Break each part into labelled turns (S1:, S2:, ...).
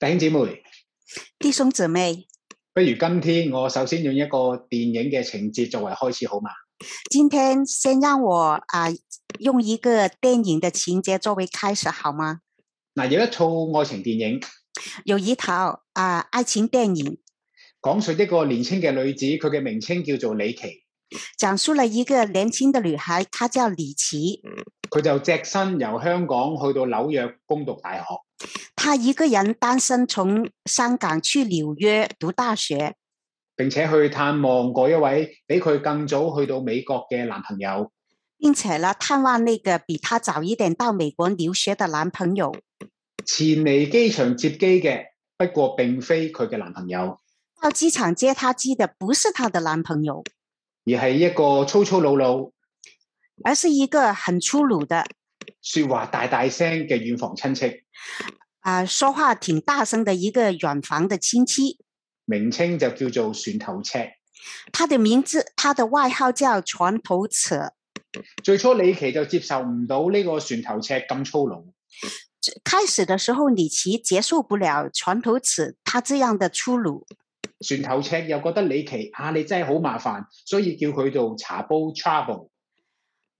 S1: 弟兄姊妹，
S2: 弟兄姊妹，
S1: 不如今天我首先用一個電影嘅情節作為開始好嘛？
S2: 今天先让我啊、用一个电影的情节作为开始好吗？
S1: 嗱，有一套愛情電影，
S2: 有一套啊、爱情电影，
S1: 講述一個年輕嘅女子，佢嘅名稱叫做李琦，
S2: 讲述了一个年轻的女孩，她叫李琦，
S1: 佢就隻身由香港去到紐約攻讀大學。
S2: 她一个人单身从香港去纽约读大学，
S1: 並且去探望嗰一位比佢更早去到美國嘅男朋友。
S2: 并且呢探望那个比她早一点到美国留学的男朋友，
S1: 前嚟機場接機嘅，不過並非佢嘅男朋友，
S2: 到机场接她机的不是她的男朋友，
S1: 而係一個粗粗魯魯、
S2: 而是一个很粗鲁的
S1: 说話大大聲嘅遠房親戚，
S2: 啊、说话挺大声的一个远房的亲戚。
S1: 名稱就叫做船頭尺。
S2: 他的名字，他的外号叫船头扯。
S1: 最初李琦就接受唔到呢個船頭尺咁粗魯，
S2: 最开始的时候，李琦接受不了船头尺他这样的粗鲁，
S1: 船頭尺又覺得李琦啊你真係好麻煩，所以叫佢做茶煲 trouble。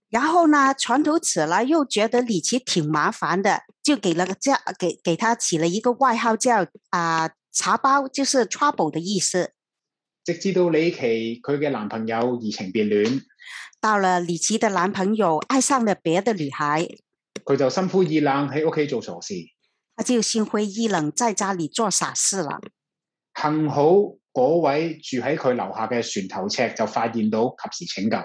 S2: 然后呢，船头尺呢又觉得李琦挺麻烦的，就给了个叫给给他起了一个外号叫啊、茶包，就是 trouble 的意思。
S1: 直至到李琦佢嘅男朋友移情別戀，
S2: 到了李琦的男朋友爱上了别的女孩，
S1: 佢就心灰意冷喺屋企做傻事。
S2: 他就心灰意冷，在家里做傻事了。
S1: 幸好嗰位住喺佢樓下嘅船頭尺就發現到，及時拯救。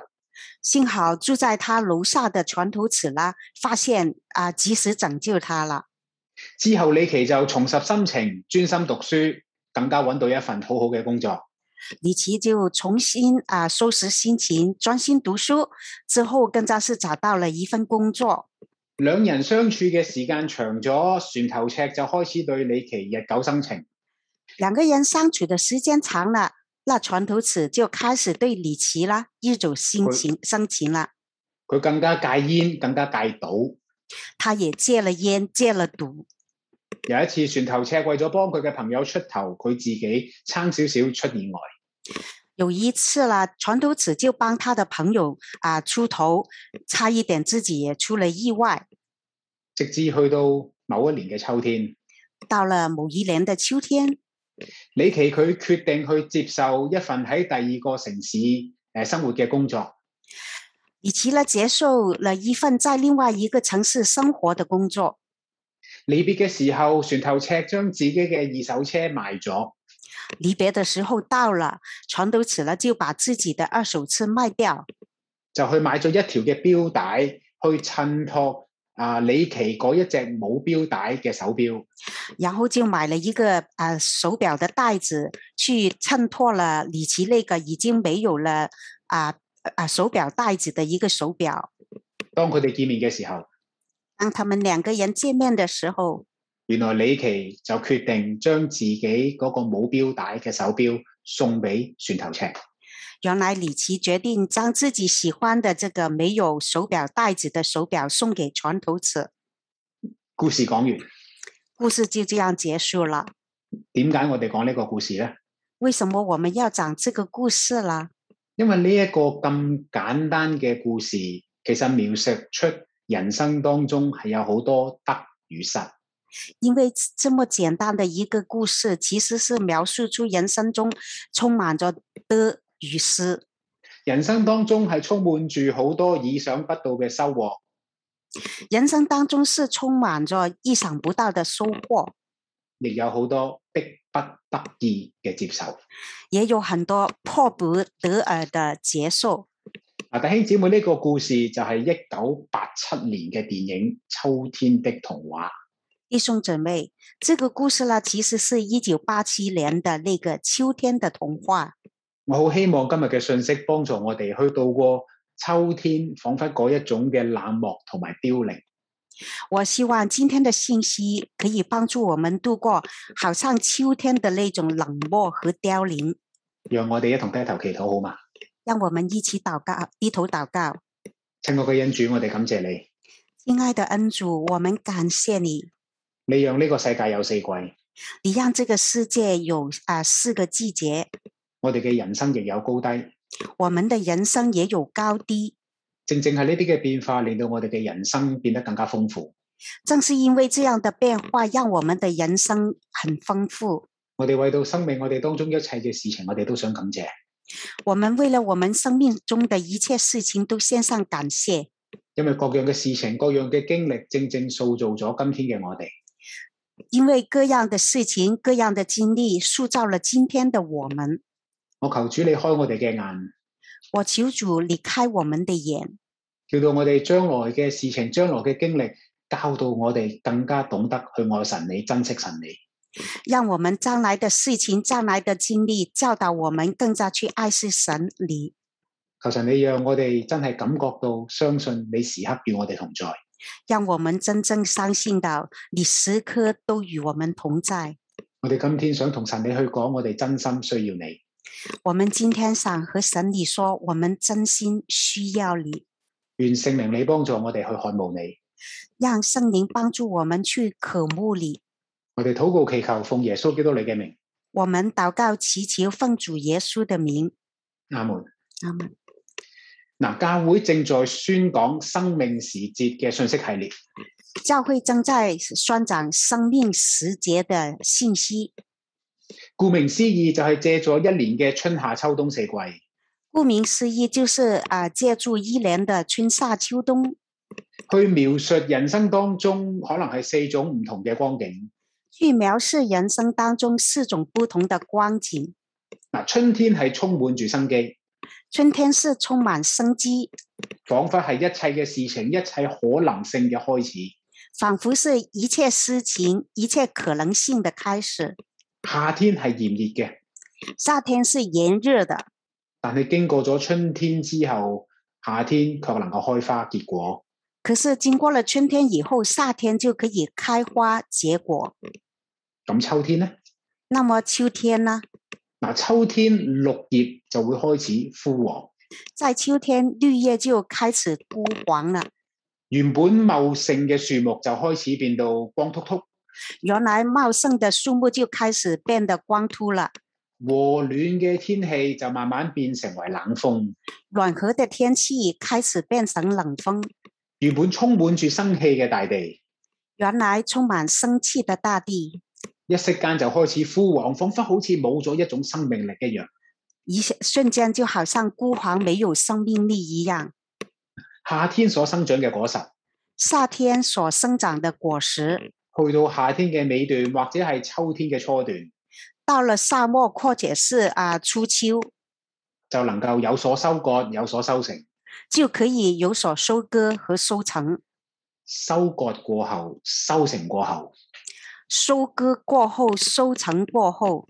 S2: 幸好住在他楼下的船头尺呢，发现啊、及时拯救他了。
S1: 之後李琦就重拾心情，專心讀書，更加揾到一份好好嘅工作。
S2: 李琦就重新啊、收拾心情，专心读书，之后更加是找到了一份工作。
S1: 兩人相處嘅時間長咗，船頭尺就開始對李琦日久生情。
S2: 两个人相处的时间长了，那船头尺就开始对李琦啦一种心
S1: 会
S2: 情生情了。
S1: 佢更加戒煙，更加戒賭。
S2: 他也戒了烟，戒了毒。
S1: 有一次，船頭尺為咗幫佢嘅朋友出頭，佢自己撐少少出意外。
S2: 有一次啦，船头尺就帮他的朋友啊、出头，差一点自己也出了意外。
S1: 直至去到某一年嘅秋天，
S2: 到了某一年的秋天，
S1: 李琦佢決定去接受一份喺第二個城市誒生活嘅工作。
S2: 李琦呢接受了一份在另外一个城市生活的工作。
S1: 離別嘅時候，船頭尺將自己嘅二手車賣咗，
S2: 离别的时候到了，船头尺呢就把自己的二手车卖掉，
S1: 就去買咗一條嘅錶帶去襯托啊李琦嗰一隻冇錶帶嘅手錶。
S2: 然后就买了一个呃手表的袋子，去衬托了李琦那个已经没有了啊啊、手表袋子的一个手表。
S1: 當佢哋見面嘅時候，
S2: 当他们两个人见面的时候，
S1: 原來李琦就決定將自己嗰個冇錶帶嘅手錶送俾船頭尺。
S2: 原来李琦决定将自己喜欢的这个没有手表袋子的手表送给船头尺。
S1: 故事講完，
S2: 故事就这样结束了。
S1: 點解我哋講呢個故事呢？
S2: 为什么我们要讲这个故事啦？
S1: 因為呢一個咁簡單嘅故事，其實描述出人生當中係有好多得與失。
S2: 因为这这么简单的一个故事，其实是描述出人生中充满着得与失。
S1: 人生當中係充滿住好多意想不到嘅收穫，
S2: 人生当中是充满着意想不到的收获，
S1: 亦有好多迫不得已嘅接受。
S2: 也有很多迫不得已的接受。
S1: 嗱，弟兄姊妹呢、個故事就係一九八七年嘅電影《秋天的童話》。
S2: 弟兄姊妹，这个故事呢，其实是一九八七年的那个秋天的童话。
S1: 我好希望今日嘅信息幫助我哋去度過秋天，彷彿嗰一種嘅冷漠同埋凋零。
S2: 我希望今天的信息可以帮助我们度过好像秋天的那种冷漠和凋零。
S1: 讓我哋一同低頭祈禱好嘛？
S2: 让我们一起祷告，低头祷告。
S1: 親愛嘅恩主，我哋感謝你，
S2: 亲爱的恩主，我们感谢你，
S1: 你讓呢個世界有四季，
S2: 你让这个世界有啊四个季节，
S1: 我哋嘅人生亦有高低。
S2: 我们的人生也有高低。
S1: 正正係呢啲嘅變化，令到我哋嘅人生變得更加豐富。
S2: 正是因为这样的变化，让我们的人生很丰富。
S1: 我哋為到生命，我哋當中一切嘅事情，我哋都想感謝。
S2: 我们为了我们生命中的一切事情都献上感谢，
S1: 因為各樣嘅事情、各樣嘅經歷，正正塑造咗今天嘅我哋。
S2: 因为各样的事情、各样的经历塑造了今天的我们。
S1: 我求主你開我哋嘅眼，
S2: 我求主离开我们的眼，
S1: 叫到我哋將來嘅事情、將來嘅經歷，教到我哋更加懂得去愛神你、珍惜神你。
S2: 让我们将来的事情、将来的经历教导我们更加去爱是神你。
S1: 求神你讓我哋真係感覺到相信你時刻與我哋同在。
S2: 让我们真正相信到你时刻都与我们同在。
S1: 我哋今天想同神你去講，我哋真心需要你。
S2: 我们今天想和神你说，我们真心需要你，
S1: 願聖靈你幫助我哋去渴慕你。
S2: 让圣灵帮助我们去渴慕你。
S1: 我哋禱告祈求，奉耶穌基督你嘅名，
S2: 我们祷告祈求，奉主耶稣的名，
S1: 阿門。
S2: 阿门。
S1: 嗱，教會正在宣講生命時節嘅信息系列。
S2: 教会正在宣讲生命时节的信息，
S1: 顧名思義，就係借咗一年嘅春夏秋冬四季，去
S2: 顾名思义就是啊，借助一年的春夏秋冬，
S1: 描述人生當中可能係四種唔同嘅光景。
S2: 去描述人生当中四种不同的光景。
S1: 嗱，春天係充滿住生機，
S2: 春天是充满生机，
S1: 彷彿係一切嘅事情、一切可能性嘅開始。
S2: 仿佛是一切事情、一切可能性的开始。
S1: 夏天係炎熱嘅，
S2: 夏天是炎热的，
S1: 但係經過咗春天之後，夏天卻能夠開花結果。
S2: 可是经过了春天以后，夏天就可以开花结果。
S1: 咁秋天呢？
S2: 那么秋天呢？
S1: 嗱，秋天綠葉就會開始枯黃，
S2: 在秋天，绿叶就开始枯黄了。
S1: 原本茂盛嘅樹木就開始變到光禿禿，
S2: 原来茂盛的树木就开始变得光秃了。
S1: 和暖嘅天氣就慢慢變成為冷風。
S2: 暖和的天气开始变成冷风。
S1: 原本充滿住生氣嘅大地，
S2: 原来充满生气的大地，
S1: 一息間就開始枯黃，彷彿好似冇咗一種生命力一樣。
S2: 一下瞬间就好像枯黄没有生命力一样。
S1: 夏天所生長嘅果實，
S2: 夏天所生长的果实，
S1: 去到夏天嘅尾段或者係秋天嘅初段，
S2: 到了夏末或者是啊初秋，
S1: 就能夠有所收割、有所收成。
S2: 就可以有所收割和收成。
S1: 收割過後，收成過後，
S2: 收割过后，收成过后，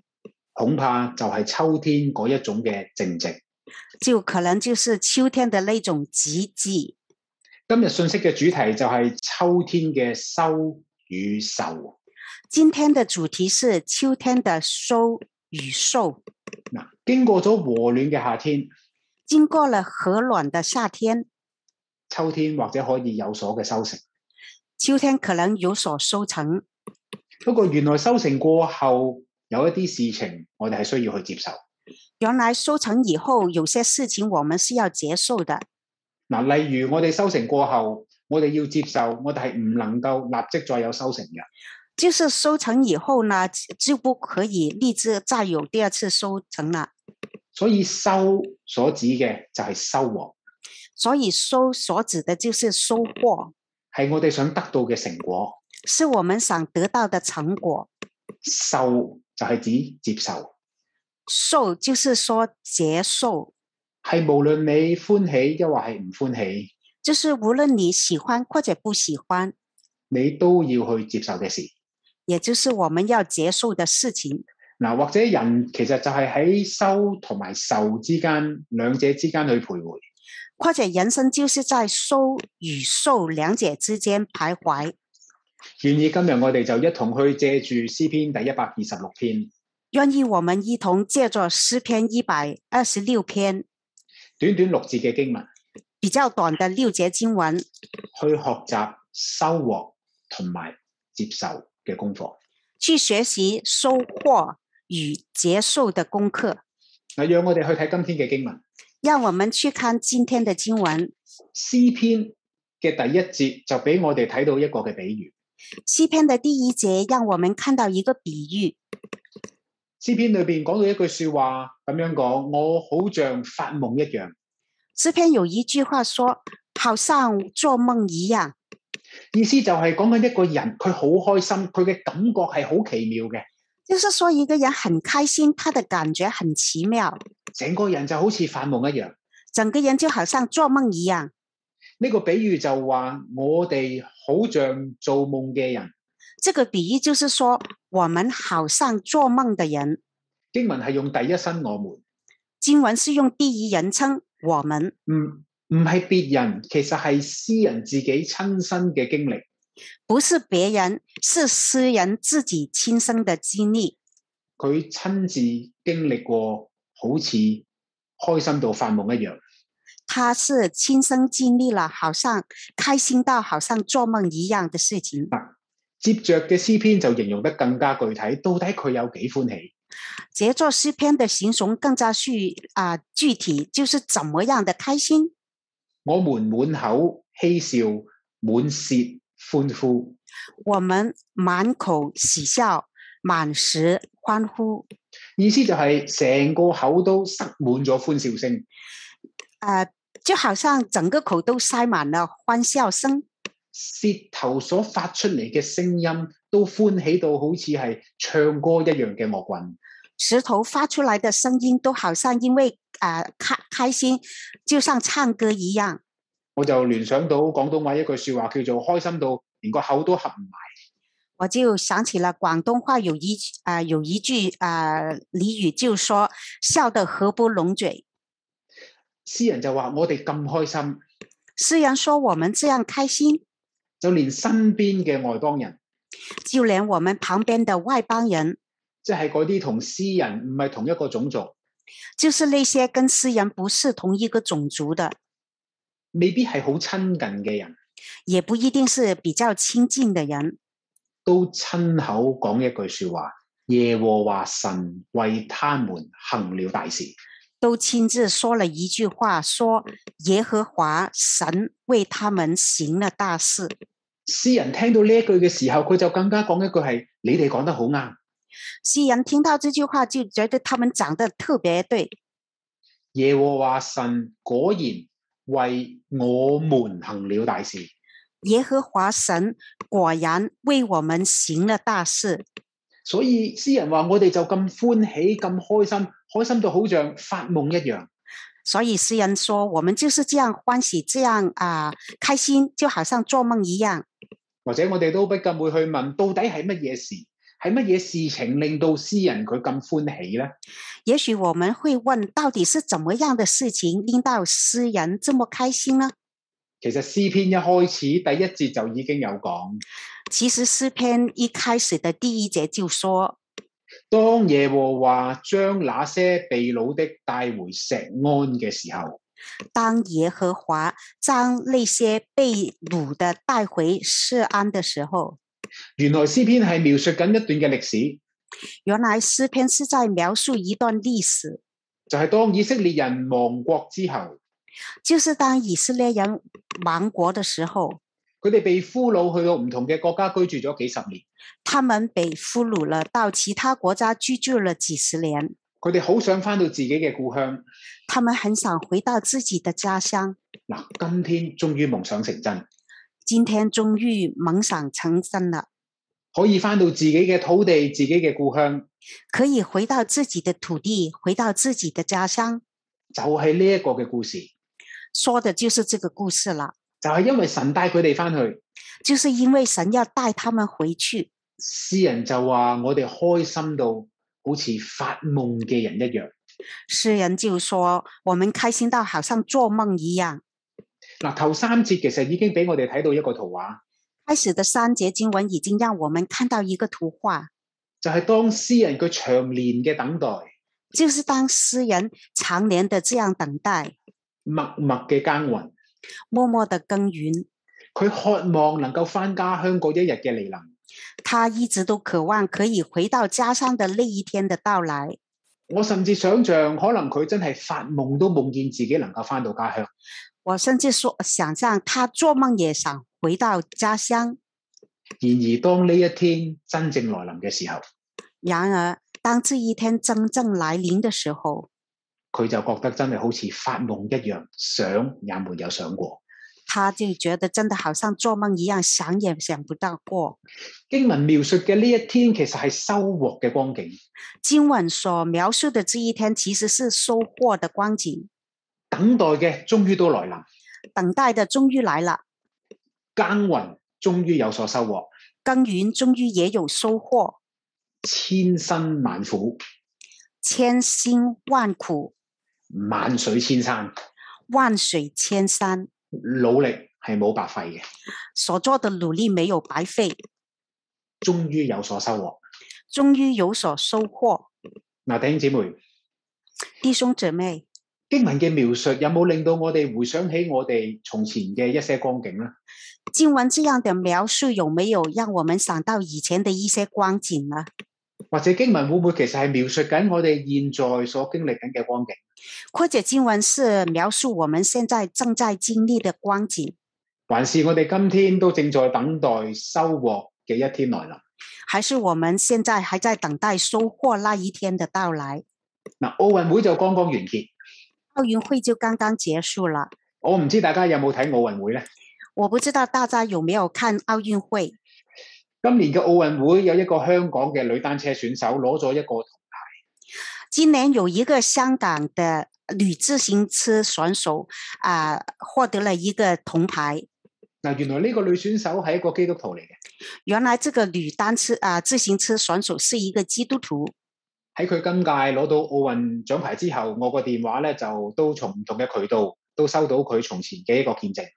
S1: 恐怕就係秋天嗰一種嘅靜寂。
S2: 就可能就是秋天的那种寂寂。
S1: 今日信息嘅主題就係秋天嘅收與受。
S2: 今天的主题是秋天的收与受。
S1: 嗱，經過咗和暖嘅夏天，
S2: 经过了和暖的夏天，
S1: 秋天或者可以有所嘅收成。
S2: 秋天可能有所收成。
S1: 不過原來收成過後，有一啲事情我哋係需要去接受。
S2: 原来收成以后，有些事情我们是要接受的。
S1: 嗱，例如我哋收成過後，我哋要接受，我哋係唔能夠立即再有收成嘅。
S2: 就是收成以后呢，就不可以立志再有第二次收成了。
S1: 所以收所指嘅就係收穫，
S2: 所以收所指的就是收获，
S1: 係我哋想得到嘅成果。
S2: 是我们想得到的成果。
S1: 受就係指接受，
S2: 受就是说接受，
S1: 係無論你歡喜抑或係唔歡喜。
S2: 就是无论你喜欢或者不喜欢，
S1: 你都要去接受嘅事。
S2: 也就是我们要接受的事情。
S1: 嗱，或者人其實就係喺收同埋受之間，兩者之間去徘徊。
S2: 或者人生就是在收与受两者之间徘徊。
S1: 願意今日我哋就一同去借住詩篇第一百二十六篇，
S2: 愿意我们一同借着诗篇一百二十六篇
S1: 短短六字嘅經文，
S2: 比较短的六节经文，
S1: 去學習收穫同埋接受嘅功課。
S2: 去学习收获与接受的功课。
S1: 嗱，讓我哋去睇今天嘅經文，
S2: 让我们去看今天的经文，
S1: 詩篇嘅第一節就俾我哋睇到一個嘅比喻。
S2: 诗篇的第一节让我们看到一个比喻。
S1: 詩篇裏边講到一句说話咁樣講，我好像發夢一樣，
S2: 诗篇有一句话说：“好像做梦一样。
S1: 意思就係講緊一個人，佢好開心，佢嘅感覺係好奇妙嘅，”
S2: 就是说，一个人很开心，他的感觉很奇妙，
S1: 整個人就好似發夢一樣。
S2: 整个人就好像做梦一样。
S1: 呢、個比喻就話我哋好像做夢嘅人，
S2: 这个比喻就是说，我们好像做梦的人。
S1: 經文係用第一身我們，
S2: 经文是用第一人称“我们
S1: 唔唔係別人，其實係詩人自己親身嘅經歷。”，
S2: 不是别人，是诗人自己亲身的经历。
S1: 佢親自經歷過，好似開心到發夢一樣。
S2: 他是亲身经历了，好像开心到好像做梦一样的事情。
S1: 接着嘅詩篇就形容得更加具體，到底佢有幾歡喜？
S2: 杰作诗篇的形容更加具啊、具体，就是怎么样的开心。
S1: 我們滿口嬉笑，滿舌歡呼。
S2: 我们满口喜笑，满时欢呼。
S1: 意思就係成個口都塞滿咗歡笑聲。
S2: 啊、就好像整个口都塞满了欢笑声，
S1: 舌頭所發出嚟嘅聲音都歡喜到好似係唱歌一樣嘅樂韻。
S2: 舌头发出来的声音都好像因为啊、开开心，就像唱歌一样。
S1: 我就聯想到廣東話一句说話叫做開心到連個口都合唔埋。
S2: 我就想起了广东话有一啊、有一句啊、俚语，就说笑得合不拢嘴。
S1: 詩人就話：我哋咁開心，
S2: 虽然说我们这样开心，
S1: 就連身邊嘅外邦人，
S2: 就连我们旁边的外邦人，
S1: 即係嗰啲同詩人唔係同一個種族，
S2: 就是那些跟诗人不是同一个种族的，
S1: 未必係好親近嘅人，
S2: 也不一定是比较亲近的人，
S1: 都親口講一句说話：耶和華神為他們行了大事。
S2: 都亲自说了一句话，说耶和华神为他们行了大事。
S1: 詩人聽到呢一句嘅時候，佢就更加講一句係：你哋講得好啱。
S2: 诗人听到这句话，就觉得他们讲的特别对。
S1: 耶和華神果然為我們行了大事。
S2: 耶和华神果然为我们行了大事，
S1: 所以詩人話：我哋就咁歡喜、咁開心，開心到好像發夢一樣。
S2: 所以诗人说，我们就是这样欢喜，这样啊、开心，就好像做梦一样。
S1: 或者我哋都不禁會去問：到底係乜嘢事？係乜嘢事情令到詩人佢咁歡喜呢？
S2: 也许我们会问，到底是怎么样的事情令到诗人这么开心呢？
S1: 其實詩篇一開始第一節就已經有講：
S2: 其实诗篇一开始的第一节就说，
S1: 當耶和華將那些被擄的帶回石安嘅時候。
S2: 当耶和华将那些被掳的带回世安的时候，
S1: 原來詩篇係描述緊一段嘅歷史，
S2: 原来诗篇是在描述一段历史，
S1: 就係當以色列人亡國之後，
S2: 就是当以色列人亡国的时候，
S1: 佢哋被俘虜去到唔同嘅國家居住咗幾十年，
S2: 他们被俘虏了，到其他国家居住了几十年，
S1: 佢哋好想翻到自己嘅故鄉。
S2: 他们很想回到自己的家乡。
S1: 嗱，今天終於夢想成真，
S2: 今天终于梦想成真了，
S1: 可以翻到自己嘅土地、自己嘅故鄉，
S2: 可以回到自己的土地，回到自己的家乡。
S1: 就係呢一個嘅故事，
S2: 说的就是这个故事了，
S1: 就係因為神帶佢哋翻去。
S2: 就是因为神要带他们回去。
S1: 詩人就話：我哋開心到好似發夢嘅人一樣。
S2: 诗人就说：“我们开心到好像做梦一样。
S1: 嗱，頭三節其實已經俾我哋睇到一個圖畫，”
S2: 开始的三节经文已经让我们看到一个图画，
S1: 就係當詩人佢長年嘅等待。
S2: 就是当诗人常年的这样等待，
S1: 默默嘅耕耘，
S2: 默默的耕耘，
S1: 佢渴望能夠翻家鄉嗰一日嘅嚟臨，
S2: 他一直都渴望可以回到家乡的那一天的到来。
S1: 我甚至想象，可能佢真係發夢都夢見自己能夠翻到家鄉。
S2: 我甚至说想象他做梦也想回到家乡。
S1: 然而，當呢一天真正來臨嘅時候，
S2: 然而，当这一天真正來臨的時候，
S1: 佢就覺得真係好似發夢一樣，想也沒有想過。
S2: 他就觉得真的好像做梦一樣，想也想不到过。
S1: 經文描述嘅呢一天其實係收穫嘅光景，
S2: 经文所描述的这一天其实是收获的光景，
S1: 等待嘅終於都來臨，
S2: 等待的终于来了，
S1: 耕耘終於有所收穫，
S2: 耕耘终于也有收获，
S1: 千辛萬苦，
S2: 千辛万苦，
S1: 萬水千山，
S2: 万水千山，
S1: 努力係冇白費嘅，
S2: 所做的努力没有白费，
S1: 終於有所收穫。
S2: 终于有所收获。
S1: 嗱，弟兄姊妹，
S2: 弟兄姊妹，
S1: 經文嘅描述有冇令到我哋回想起我哋從前嘅一些光景呢？
S2: 经文这样的描述有没有让我们想到以前的一些光景呢？
S1: 或者經文會唔會其實係描述緊我哋現在所經歷緊嘅光景？
S2: 或者经文是描述我们现在正在经历的光景，
S1: 還是我哋今天都正在等待收穫嘅一天來臨？
S2: 还是我们现在还在等待收获那一天的到来？
S1: 嗱，奧運會就剛剛完結，
S2: 奥运会就刚刚结束了，
S1: 我唔知大家有冇睇奧運會呢？
S2: 我不知道大家有没有看奥运会？
S1: 今年嘅奧運會有一個香港嘅女單車選手攞咗一個
S2: 今年有一个香港的女自行车选手啊、获得了一个铜牌。
S1: 嗱，原來呢個女選手係一個基督徒嚟嘅，
S2: 原来这个女单车啊、自行车选手是一个基督徒。
S1: 喺佢今屆攞到奧運獎牌之後，我個電話咧就都從唔同嘅渠道都收到佢從前嘅一個見證。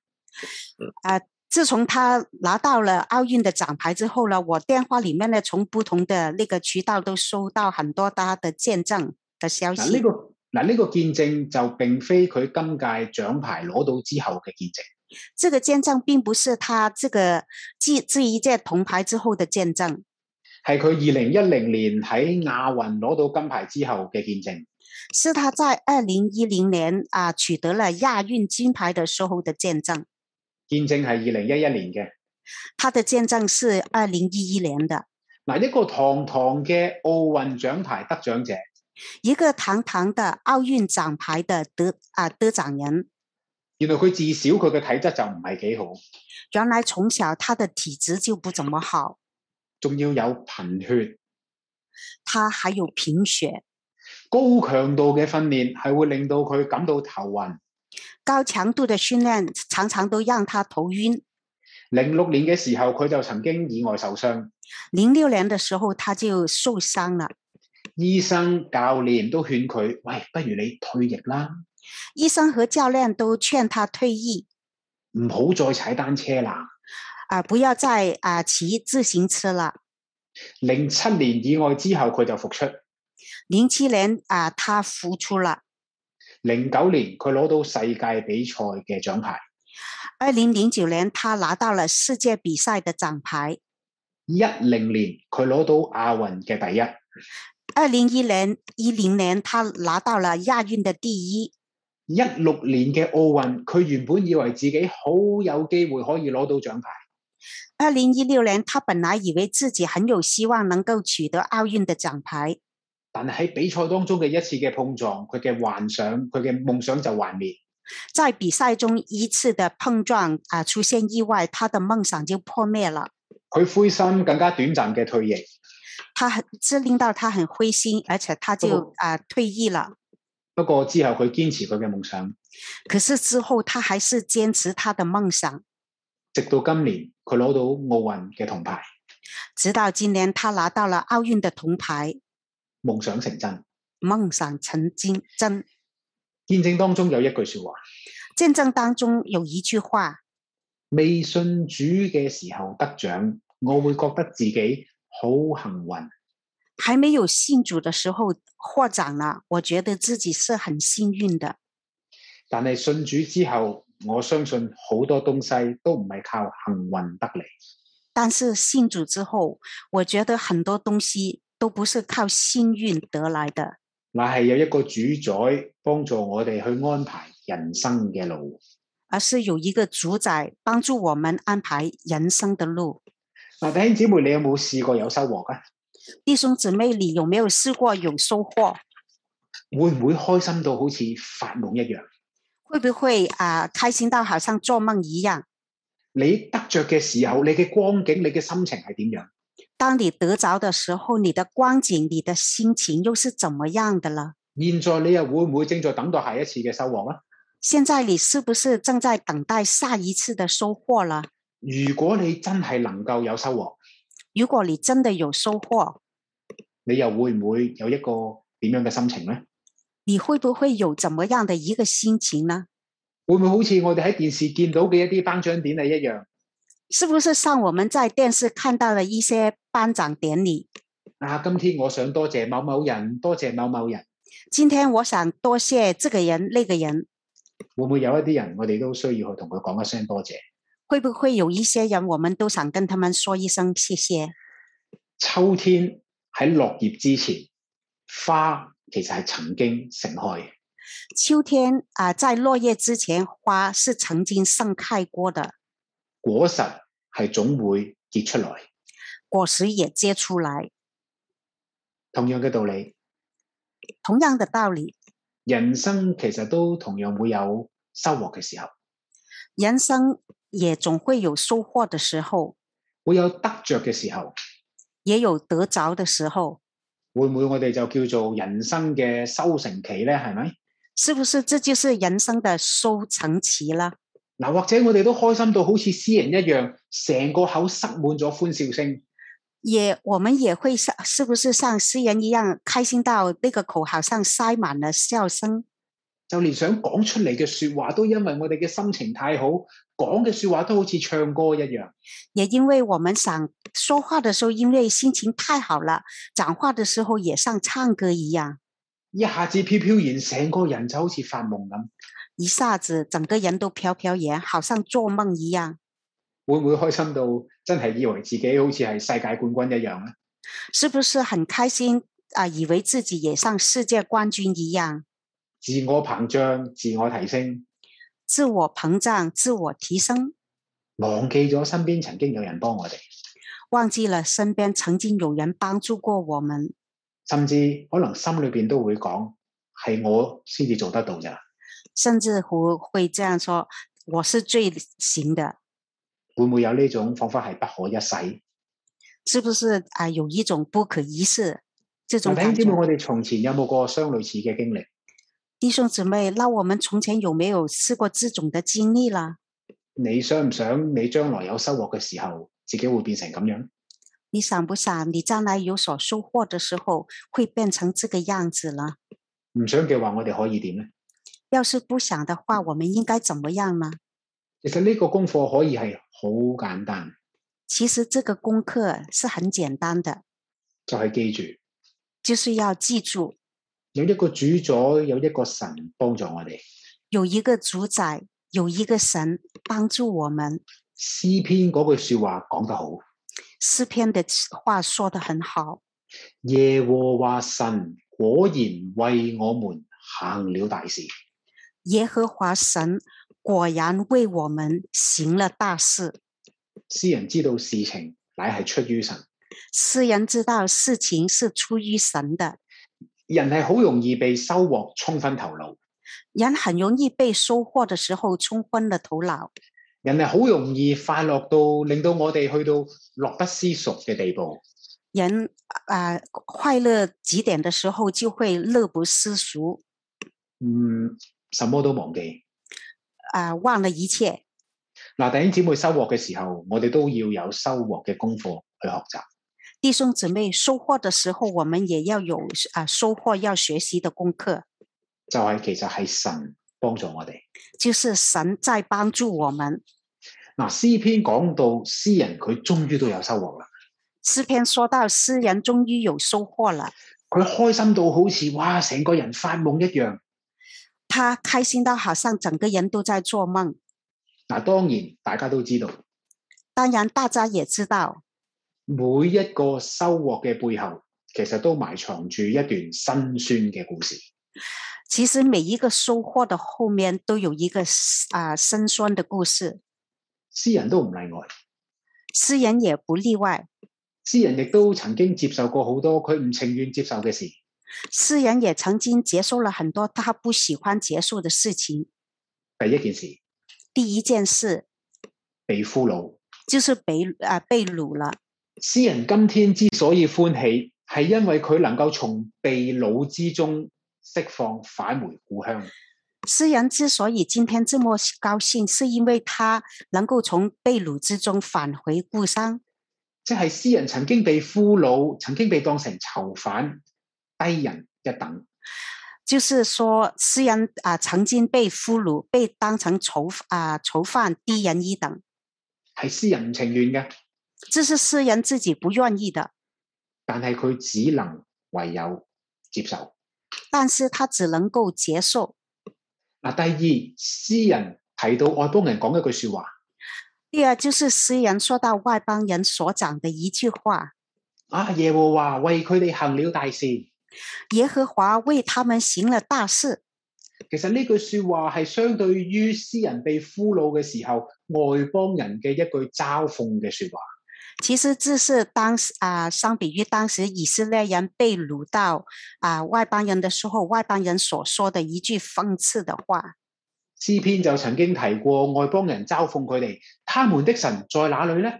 S2: 自从她拿到了奥运的奖牌之后呢，我电话里面呢，从不同的那个渠道都收到很多她的见证的消
S1: 嗱
S2: 息。
S1: 呢、個嗱呢、個見證就並非佢今屆獎牌攞到之後嘅見證，
S2: 这个见证并不是她这个这这一届铜牌之后的见证，
S1: 係佢二零一零年喺亞運攞到金牌之後嘅見證。
S2: 是她在二零一零年啊取得了亚运金牌的时候的见证。
S1: 見證係二零一一年嘅
S2: 她的见证是二零一一年的
S1: 嗱，一個堂堂嘅奧運獎牌得獎者，
S2: 一个堂堂的奥运奖牌的得啊得奖人。
S1: 原來佢自小佢嘅體質就唔係幾好，
S2: 原来从小她的体质就不怎么好，
S1: 仲要有貧血。
S2: 她还有贫血。
S1: 高強度嘅訓練係會令到佢感到頭暈。
S2: 高强度的训练常常都让他头晕。
S1: 零六年嘅時候，佢就曾經意外受傷，
S2: 零六年的时候他就受伤了，
S1: 醫生、教練都勸佢：喂，不如你退役啦，
S2: 医生和教练都劝他退役
S1: 唔好再踩單車啦。
S2: 啊、不要再啊、骑自行车了。
S1: 零七年意外之後，佢就復出。
S2: 零七年啊、他复出了。
S1: 零九年佢攞到世界比賽嘅獎牌。
S2: 二零零九年他拿到了世界比赛的奖牌。
S1: 一零年佢攞到亞運嘅第一。
S2: 二零一零一零年他拿到了亚运的第一。
S1: 一六年嘅奧運，佢原本以為自己好有機會可以攞到獎牌，
S2: 二零一六年他本来以为自己很有希望能够取得奥运的奖牌，
S1: 但係喺比賽當中嘅一次嘅碰撞，佢嘅幻想、佢嘅夢想就幻滅。
S2: 在比赛中一次的碰撞啊、出现意外，他的梦想就破灭了。
S1: 佢灰心，更加短暫嘅退役。
S2: 他很这令到他很灰心，而且他就
S1: 哦
S2: 啊、退役了。
S1: 不過之後佢堅持佢嘅夢想，
S2: 可是之后他还是坚持他的梦想，
S1: 直到今年佢攞到奧運嘅銅牌，
S2: 直到今年他拿到了奥运的铜牌，
S1: 夢想成真。
S2: 梦想成真。真
S1: 見證當中有一句说話：
S2: 见证当中有一句话：
S1: 未信主嘅時候得獎，我會覺得自己好幸運。
S2: 还没有信主的时候获奖了，我觉得自己是很幸运的。
S1: 但係信主之後，我相信好多東西都唔係靠幸運得嚟。
S2: 但是信主之后，我觉得很多东西都不是靠幸运得来的，
S1: 乃係有一個主宰幫助我哋去安排人生嘅路。
S2: 而是有一个主宰帮助我们安排人生的路。
S1: 嗱，弟兄姊妹，你有冇試過有收穫啊？
S2: 弟兄姊妹，你有没有试过有收获？
S1: 會唔會開心到好似發夢一樣？
S2: 会不会啊、开心到好像做梦一样？
S1: 你得着嘅時候，你嘅光景、你嘅心情係點樣？
S2: 当你得着的时候，你的光景、你的心情又是怎么样的了？
S1: 現在你又會唔會正在等待下一次嘅收穫啊？
S2: 现在你是不是正在等待下一次的收获了？
S1: 如果你真係能夠有收穫，
S2: 如果你真的有收获，
S1: 你又會唔會有一個點樣嘅心情呢？
S2: 你会不会有怎么样的一个心情呢？
S1: 會唔會好似我哋喺電視見到嘅一啲頒獎典禮一樣？
S2: 是不是像我们在电视看到的一些颁奖典礼？
S1: 啊，今天我想多謝某某人，多謝某某人，
S2: 今天我想多谢这个人那个人，
S1: 會唔會有一啲人我哋都需要去同佢講一聲多謝？
S2: 会不会有一些人我们都想跟他们说一声谢谢？
S1: 秋天喺落葉之前，花其實係曾經盛開嘅。
S2: 秋天啊、在落叶之前，花是曾经盛开过的，
S1: 果實係總會結出來。
S2: 果实也结出来。
S1: 同樣嘅道理，
S2: 同样的道理，
S1: 人生其實都同樣會有收穫嘅時候，
S2: 人生也总会有收获的时候，
S1: 會有得着嘅時候。
S2: 也有得着的时候，
S1: 會唔會我哋就叫做人生嘅收成期咧？係咪？
S2: 是不是？这就是人生的收成期了。
S1: 嗱，或者我哋都開心到好似詩人一樣，成個口塞滿咗歡笑聲。
S2: 也，我们也会像，是不是像诗人一样开心到那个口好像塞满了笑声？
S1: 就連想講出嚟嘅说話都因為我哋嘅心情太好，講嘅说話都好似唱歌一樣。
S2: 也因为我们想说话的时候，因为心情太好了，讲话的时候也像唱歌一样，
S1: 一下子飄飄然，成個人就好似發夢咁。
S2: 一下子整个人都飘飘然，好像做梦一样。
S1: 會唔會開心到真係以為自己好似係世界冠軍一樣咧？
S2: 是不是很开心啊、以为自己也像世界冠军一样，
S1: 自我膨脹、自我提升，
S2: 自我膨胀、自我提升，
S1: 忘記咗身邊曾經有人幫我哋，
S2: 忘记了身边曾经有人帮助过我们，
S1: 甚至可能心裏边都會講係我先至做得到咋。
S2: 甚至乎会这样说：“我是最行的。
S1: 會唔會有呢種彷彿係不可一世？”
S2: 是不是啊、有一种不可一世这种
S1: 嗱，弟
S2: 感
S1: 兄姊
S2: 觉
S1: 妹，。我哋從前有冇過相類似嘅經歷？
S2: 弟兄姊妹，那我们从前有没有试过这种的经历啦？
S1: 你想唔想你將來有收穫嘅時候，自己會變成咁樣？
S2: 你想不想你将来有所收获的时候会变成这个样子呢？
S1: 唔想嘅話，我哋可以點呢？
S2: 要是不想的话，我们應該怎么樣呢？
S1: 其實呢個功課可以係好簡單，
S2: 其实这个功课是很简单的，
S1: 就係、記住
S2: 就是要记住
S1: 有一個主宰，有一個神幫助我哋。
S2: 有一个主宰，有一个神帮助我们。
S1: 詩篇嗰句説話講得好：
S2: 诗篇的话说得很好，
S1: 耶和華神果然為我們行了大事。
S2: 耶和华神果然为我们行了大事。
S1: 詩人知道事情乃係出於神，
S2: 世人知道事情是出于神的，
S1: 人係好容易被收穫沖昏頭腦，
S2: 人很容易被收获的时候冲昏了头脑，
S1: 人係好容易快樂到令到我哋去到樂不思蜀嘅地步。
S2: 人啊、快乐极点的时候就会乐不思蜀
S1: 嗯，什麼都忘記。
S2: 啊、忘了一切。
S1: 嗱，弟兄姊妹收穫嘅時候，我哋都要有收穫嘅功課去學習。
S2: 弟兄姊妹收获的时候，我们也要有啊、收获要学习的功课，
S1: 就係、其實係神幫助我哋。
S2: 就是神在帮助我们。
S1: 嗱，詩篇講到詩人佢終於都有收穫啦，
S2: 诗篇说到，诗人终于有收获了，
S1: 佢開心到好似哇，成個人發夢一樣。
S2: 他开心到好像整个人都在做梦。
S1: 嗱，當然大家都知道
S2: 当然，大家也知道，
S1: 每一個收穫嘅背後，其實都埋藏住一段辛酸嘅故事。
S2: 其实每一个收获的后面都有一个啊辛酸的故事，
S1: 詩人都唔例外，
S2: 诗人也不例外。
S1: 詩人亦都曾經接受過好多佢唔情願接受嘅事。
S2: 诗人也曾经结束了很多他不喜欢结束的事情。
S1: 第一件事，
S2: 第一件事
S1: 被俘虜。
S2: 就是被啊被掳了。
S1: 詩人今天之所以歡喜，係因為佢能夠從被擄之中釋放，返回故鄉。
S2: 诗人之所以今天这么高兴，是因为他能够从被掳之中返回故乡。
S1: 即係詩人曾經被俘虜，曾經被當成囚犯，低人一等。
S2: 就是说，诗人啊、曾经被俘虏，被当成囚啊、囚犯，低人一等，
S1: 係詩人唔情願嘅，
S2: 这是诗人自己不愿意的，
S1: 但係佢只能唯有接受。
S2: 但是他只能够接受。
S1: 嗱，第二，詩人提到外邦人講一句说話：
S2: 第二就是诗人说到外邦人所讲的一句话
S1: 啊，耶和華為佢哋行了大事。：“
S2: 耶和华为他们行了大事。”
S1: 其實呢句说話係相對於詩人被俘虜嘅時候，外邦人嘅一句嘲諷嘅说話。
S2: 其实这是当时啊、相比于当时以色列人被掳到啊、外邦人的时候，外邦人所说的一句讽刺的话。
S1: 詩篇就曾經提過外邦人嘲諷佢哋，他們的神在哪裏呢？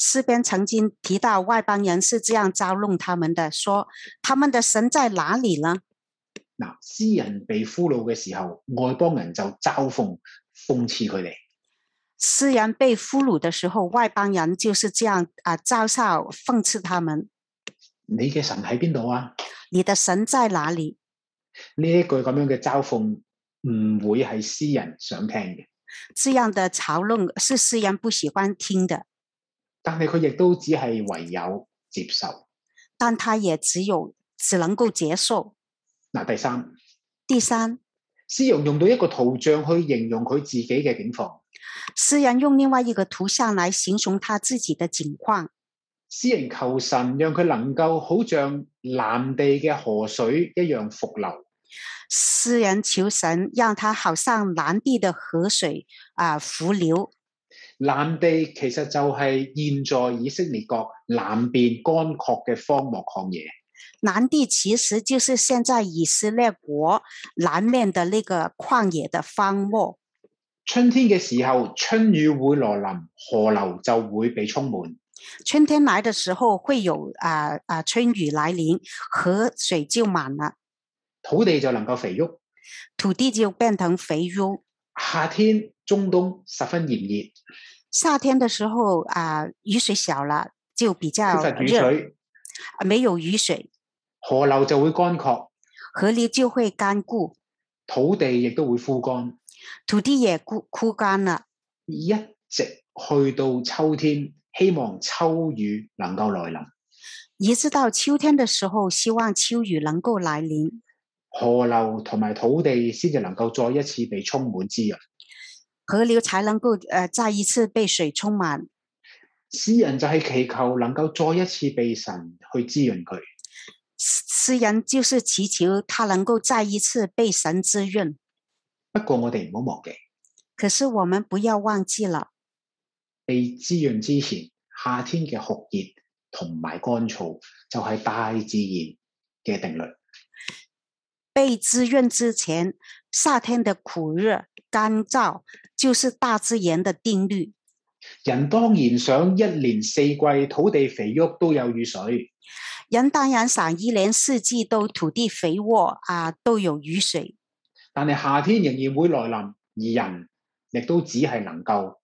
S2: 诗篇曾经提到外邦人是这样嘲弄他们的，说他们的神在哪里呢？
S1: 嗱，詩人被俘虜嘅時候，外邦人就嘲諷、諷刺佢哋。
S2: 诗人被俘虏的时候，外邦人就是这样啊、嘲笑、讽刺他们。
S1: 你嘅神喺邊度啊？
S2: 你的神在哪里？
S1: 呢一句咁樣嘅嘲諷，唔會係詩人想聽嘅，
S2: 这样的嘲弄是诗人不喜欢听的，
S1: 但係佢亦都只係唯有接受。
S2: 但他也只有只能够接受。
S1: 嗱，第三，
S2: 第三，
S1: 詩人用到一個圖像去形容佢自己嘅境況。
S2: 诗人用另外一个图像来形容他自己的境况。
S1: 詩人求神讓佢能夠好像南地嘅河水一樣復流。
S2: 诗人求神让他好像南地的河水啊、伏流。
S1: 南地其實就係現在以色列國南邊乾涸嘅荒漠曠野。
S2: 南地其实就是现在以色列国南面的那个旷野的荒漠。
S1: 春天嘅時候，春雨會來臨，河流就會被充滿。
S2: 春天来的时候会有啊啊、春雨来临，河水就满了，
S1: 土地就能夠肥沃。
S2: 土地就变成肥沃。
S1: 夏天、中東十分炎熱，
S2: 夏天的时候啊、雨水小了，就比较
S1: 缺乏雨
S2: 热，
S1: 水，
S2: 没有雨水，
S1: 河流就會乾涸，
S2: 河流就会干固。
S1: 土地亦都會枯乾。
S2: 土地也枯枯干了，
S1: 一直去到秋天，希望秋雨能夠來臨，
S2: 一直到秋天的时候，希望秋雨能够来临，
S1: 河流同埋土地先至能夠再一次被充滿滋潤。
S2: 河流才能够呃再一次被水充满。
S1: 詩人就係祈求能夠再一次被神去滋潤佢。
S2: 诗诗人就是祈求他能够再一次被神滋润。
S1: 不過我哋唔好忘記，
S2: 可是我们不要忘记了，
S1: 被滋潤之前，夏天嘅酷熱同埋乾燥就係大自然嘅定律。
S2: 被滋润之前，夏天的苦热干燥就是大自然的定律。
S1: 人當然想一年四季土地肥沃都有雨水，
S2: 人当然想一年四季都土地肥沃啊，都有雨水，
S1: 但係夏天仍然會來臨，而人亦都只係能夠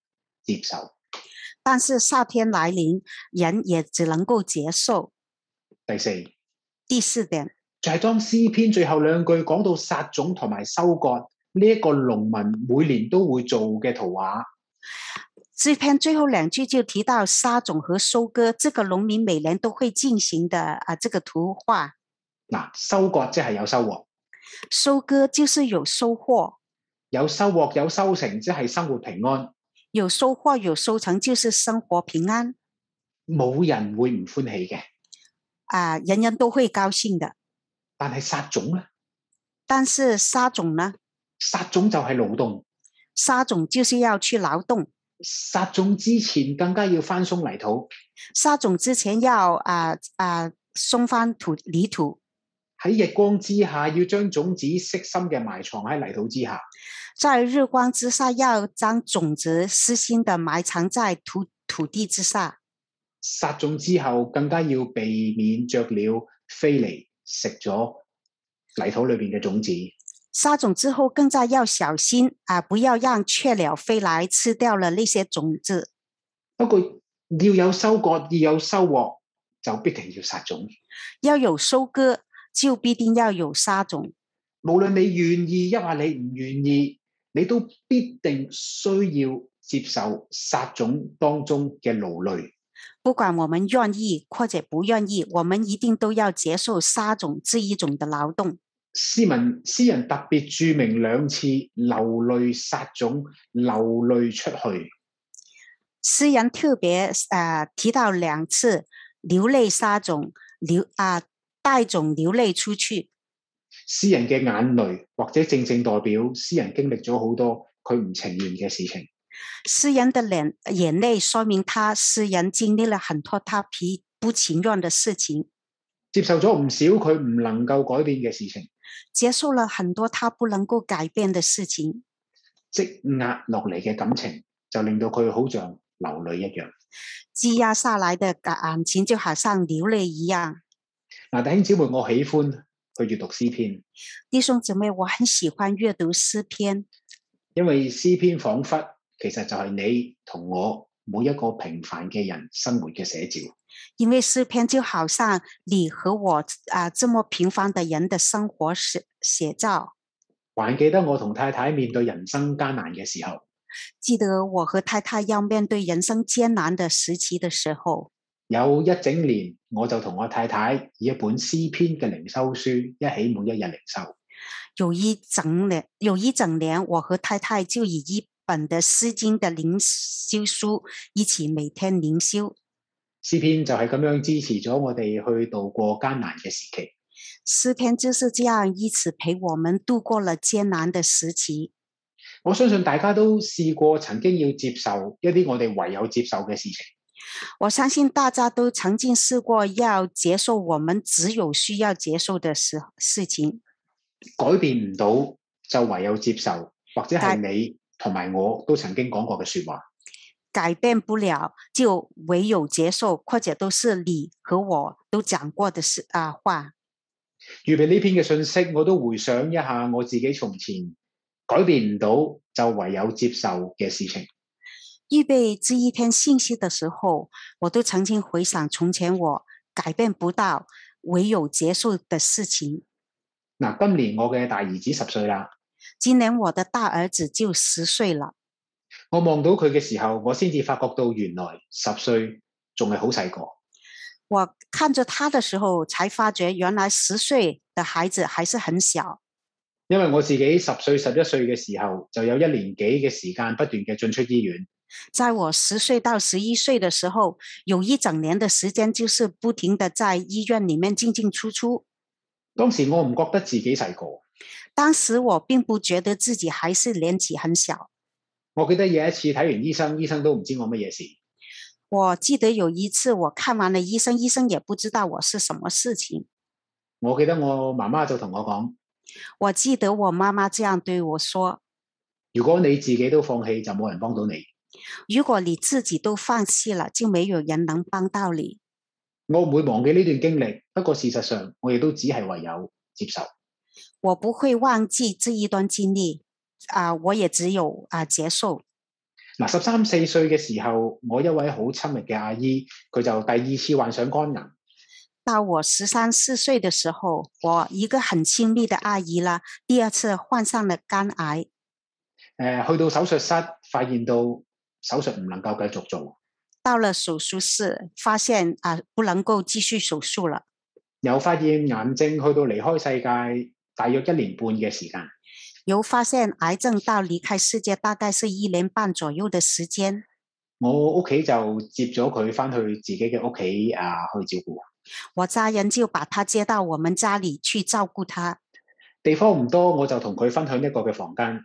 S1: 接受。
S2: 但是夏天来临，人也只能够接受。
S1: 第四
S2: 第四点，
S1: 就係、當詩篇最後兩句講到撒種同埋收割呢一、個農民每年都會做嘅圖畫。
S2: 这篇最后两句就提到撒种和收割，这个农民每年都会进行的啊，这个图画。
S1: 嗱，收割即係有收穫，
S2: 收割就是有收获，
S1: 有收穫有收成即係生活平安。
S2: 有收获有收成，就是生活平安
S1: 冇人會唔歡喜嘅。
S2: 啊，人人都會高興的。
S1: 但係撒種咧，
S2: 但是撒種呢，
S1: 撒種就係勞動，
S2: 撒種就是要去勞動，
S1: 撒種之前更加要翻鬆泥土。
S2: 撒種之前要啊啊鬆翻土泥土，
S1: 喺日光之下，要將種子悉心嘅埋藏喺泥土之下。
S2: 在日光之下要將種子私心的埋藏在土土地之下。
S1: 撒種之後，更加要避免雀鳥飛嚟食咗泥土裏邊嘅種子。
S2: 撒種之後，更加要小心啊，不要讓雀鳥飛來吃掉了那些種子。
S1: 不過要有收割，要有收穫，就必定要撒種。
S2: 要有收割，就必定要有撒種。
S1: 無論你願意，抑或你唔願意，你都必定需要接受撒種當中嘅勞累。
S2: 不管我們願意或者不願意，我們一定都要接受撒種这一种的劳动。
S1: 詩文詩人特別注明兩次流淚撒種，流淚出去。
S2: 诗人特别呃提到两次流泪撒种，流啊、带种流泪出去。
S1: 詩人嘅眼淚，或者正正代表詩人經歷咗好多佢唔情願嘅事情。
S2: 诗人的脸眼泪说明他诗人经历了很多他疲不情愿的事情，
S1: 接受咗唔少佢唔能夠改變嘅事情，
S2: 接受了很多他不能够改變的事情，
S1: 積壓落嚟嘅感情就令到佢好像流淚一樣。
S2: 积压下来的感情就好像流泪一样。
S1: 嗱，弟兄姊妹，我喜歡去閱讀詩篇，
S2: 弟兄姊妹，我很喜欢阅读诗篇，
S1: 因為詩篇彷彿其實就係你同我每一個平凡嘅人生活嘅寫照。
S2: 因为诗篇就好像你和我啊、这么平凡的人的生活写写照。
S1: 還記得我同太太面對人生艱難嘅時候，
S2: 记得我和太太要面对人生艰难的时期的时候，
S1: 有一整年我就同我太太以一本詩篇嘅靈修書一起每一日靈修。
S2: 有一整年，有一整年，我和太太就以一本的《诗经》的灵修书一起每天灵修。
S1: 詩篇就係咁樣支持咗我哋去度過艱難嘅時期。
S2: 诗篇就是这样一直陪我们度过了艰难的时期。
S1: 我相信大家都試過曾經要接受一啲我哋唯有接受嘅事情，
S2: 我相信大家都曾经试过要接受我们只有需要接受的事事情，
S1: 改變唔到就唯有接受，或者係
S2: 但
S1: 你同埋我都曾經講過嘅说話。
S2: 改变不了就唯有接受，或者都是你和我都讲过的事啊话。
S1: 預備呢篇嘅信息，我都回想一下我自己從前改變唔到就唯有接受嘅事情。
S2: 预备这一篇信息的时候，我都曾经回想从前我改变不到，唯有接受的事情。
S1: 嗱，今年我嘅大兒子十歲啦，
S2: 今年我的大儿子就十岁了，
S1: 我望到佢嘅時候，我先至發覺到原來十歲仲係好細個。
S2: 我看着他的时候，才发觉原来十岁的孩子还是很小。
S1: 因為我自己十歲、十一歲嘅時候，就有一年幾嘅時間不斷嘅進出醫院。
S2: 在我十岁到十一岁的时候，有一整年的时间就是不停的在医院里面进进出出。
S1: 當時我唔覺得自己細個，
S2: 当时我并不觉得自己还是年纪很小。
S1: 我記得有一次睇完醫生，醫生都唔知我乜嘢事。
S2: 我记得有一次我看完了医生，医生也不知道我是什么事情。
S1: 我記得我媽媽就同我講：
S2: 我记得我妈妈这样对我说
S1: 如果你自己都放棄，就冇人幫到你。：“
S2: 如果你自己都放弃了，就没有人能帮到你。
S1: 我唔會忘記呢段經歷，不過事實上我亦都只係唯有接受。”
S2: 我不会忘记这一段经历啊、我也只有啊、接受。
S1: 嗱，十三四歲嘅時候，我一位好親密嘅阿姨，佢就第二次患上肝癌。
S2: 到我十三四岁的时候，我一个很亲密的阿姨啦，第二次患上了肝癌。
S1: 誒、呃去到手術室，發現到手術唔能夠繼續做，
S2: 到了手术室，发现啊、不能够继续手术了。
S1: 又發現癌症去到離開世界大約一年半嘅時間。
S2: 由发现癌症到离开世界，大概是一年半左右的时间。
S1: 我屋企就接咗佢翻去自己嘅屋企啊，去照顧。
S2: 我家人就把他接到我们家里去照顾他，
S1: 地方唔多，我就同佢分享一個嘅房間。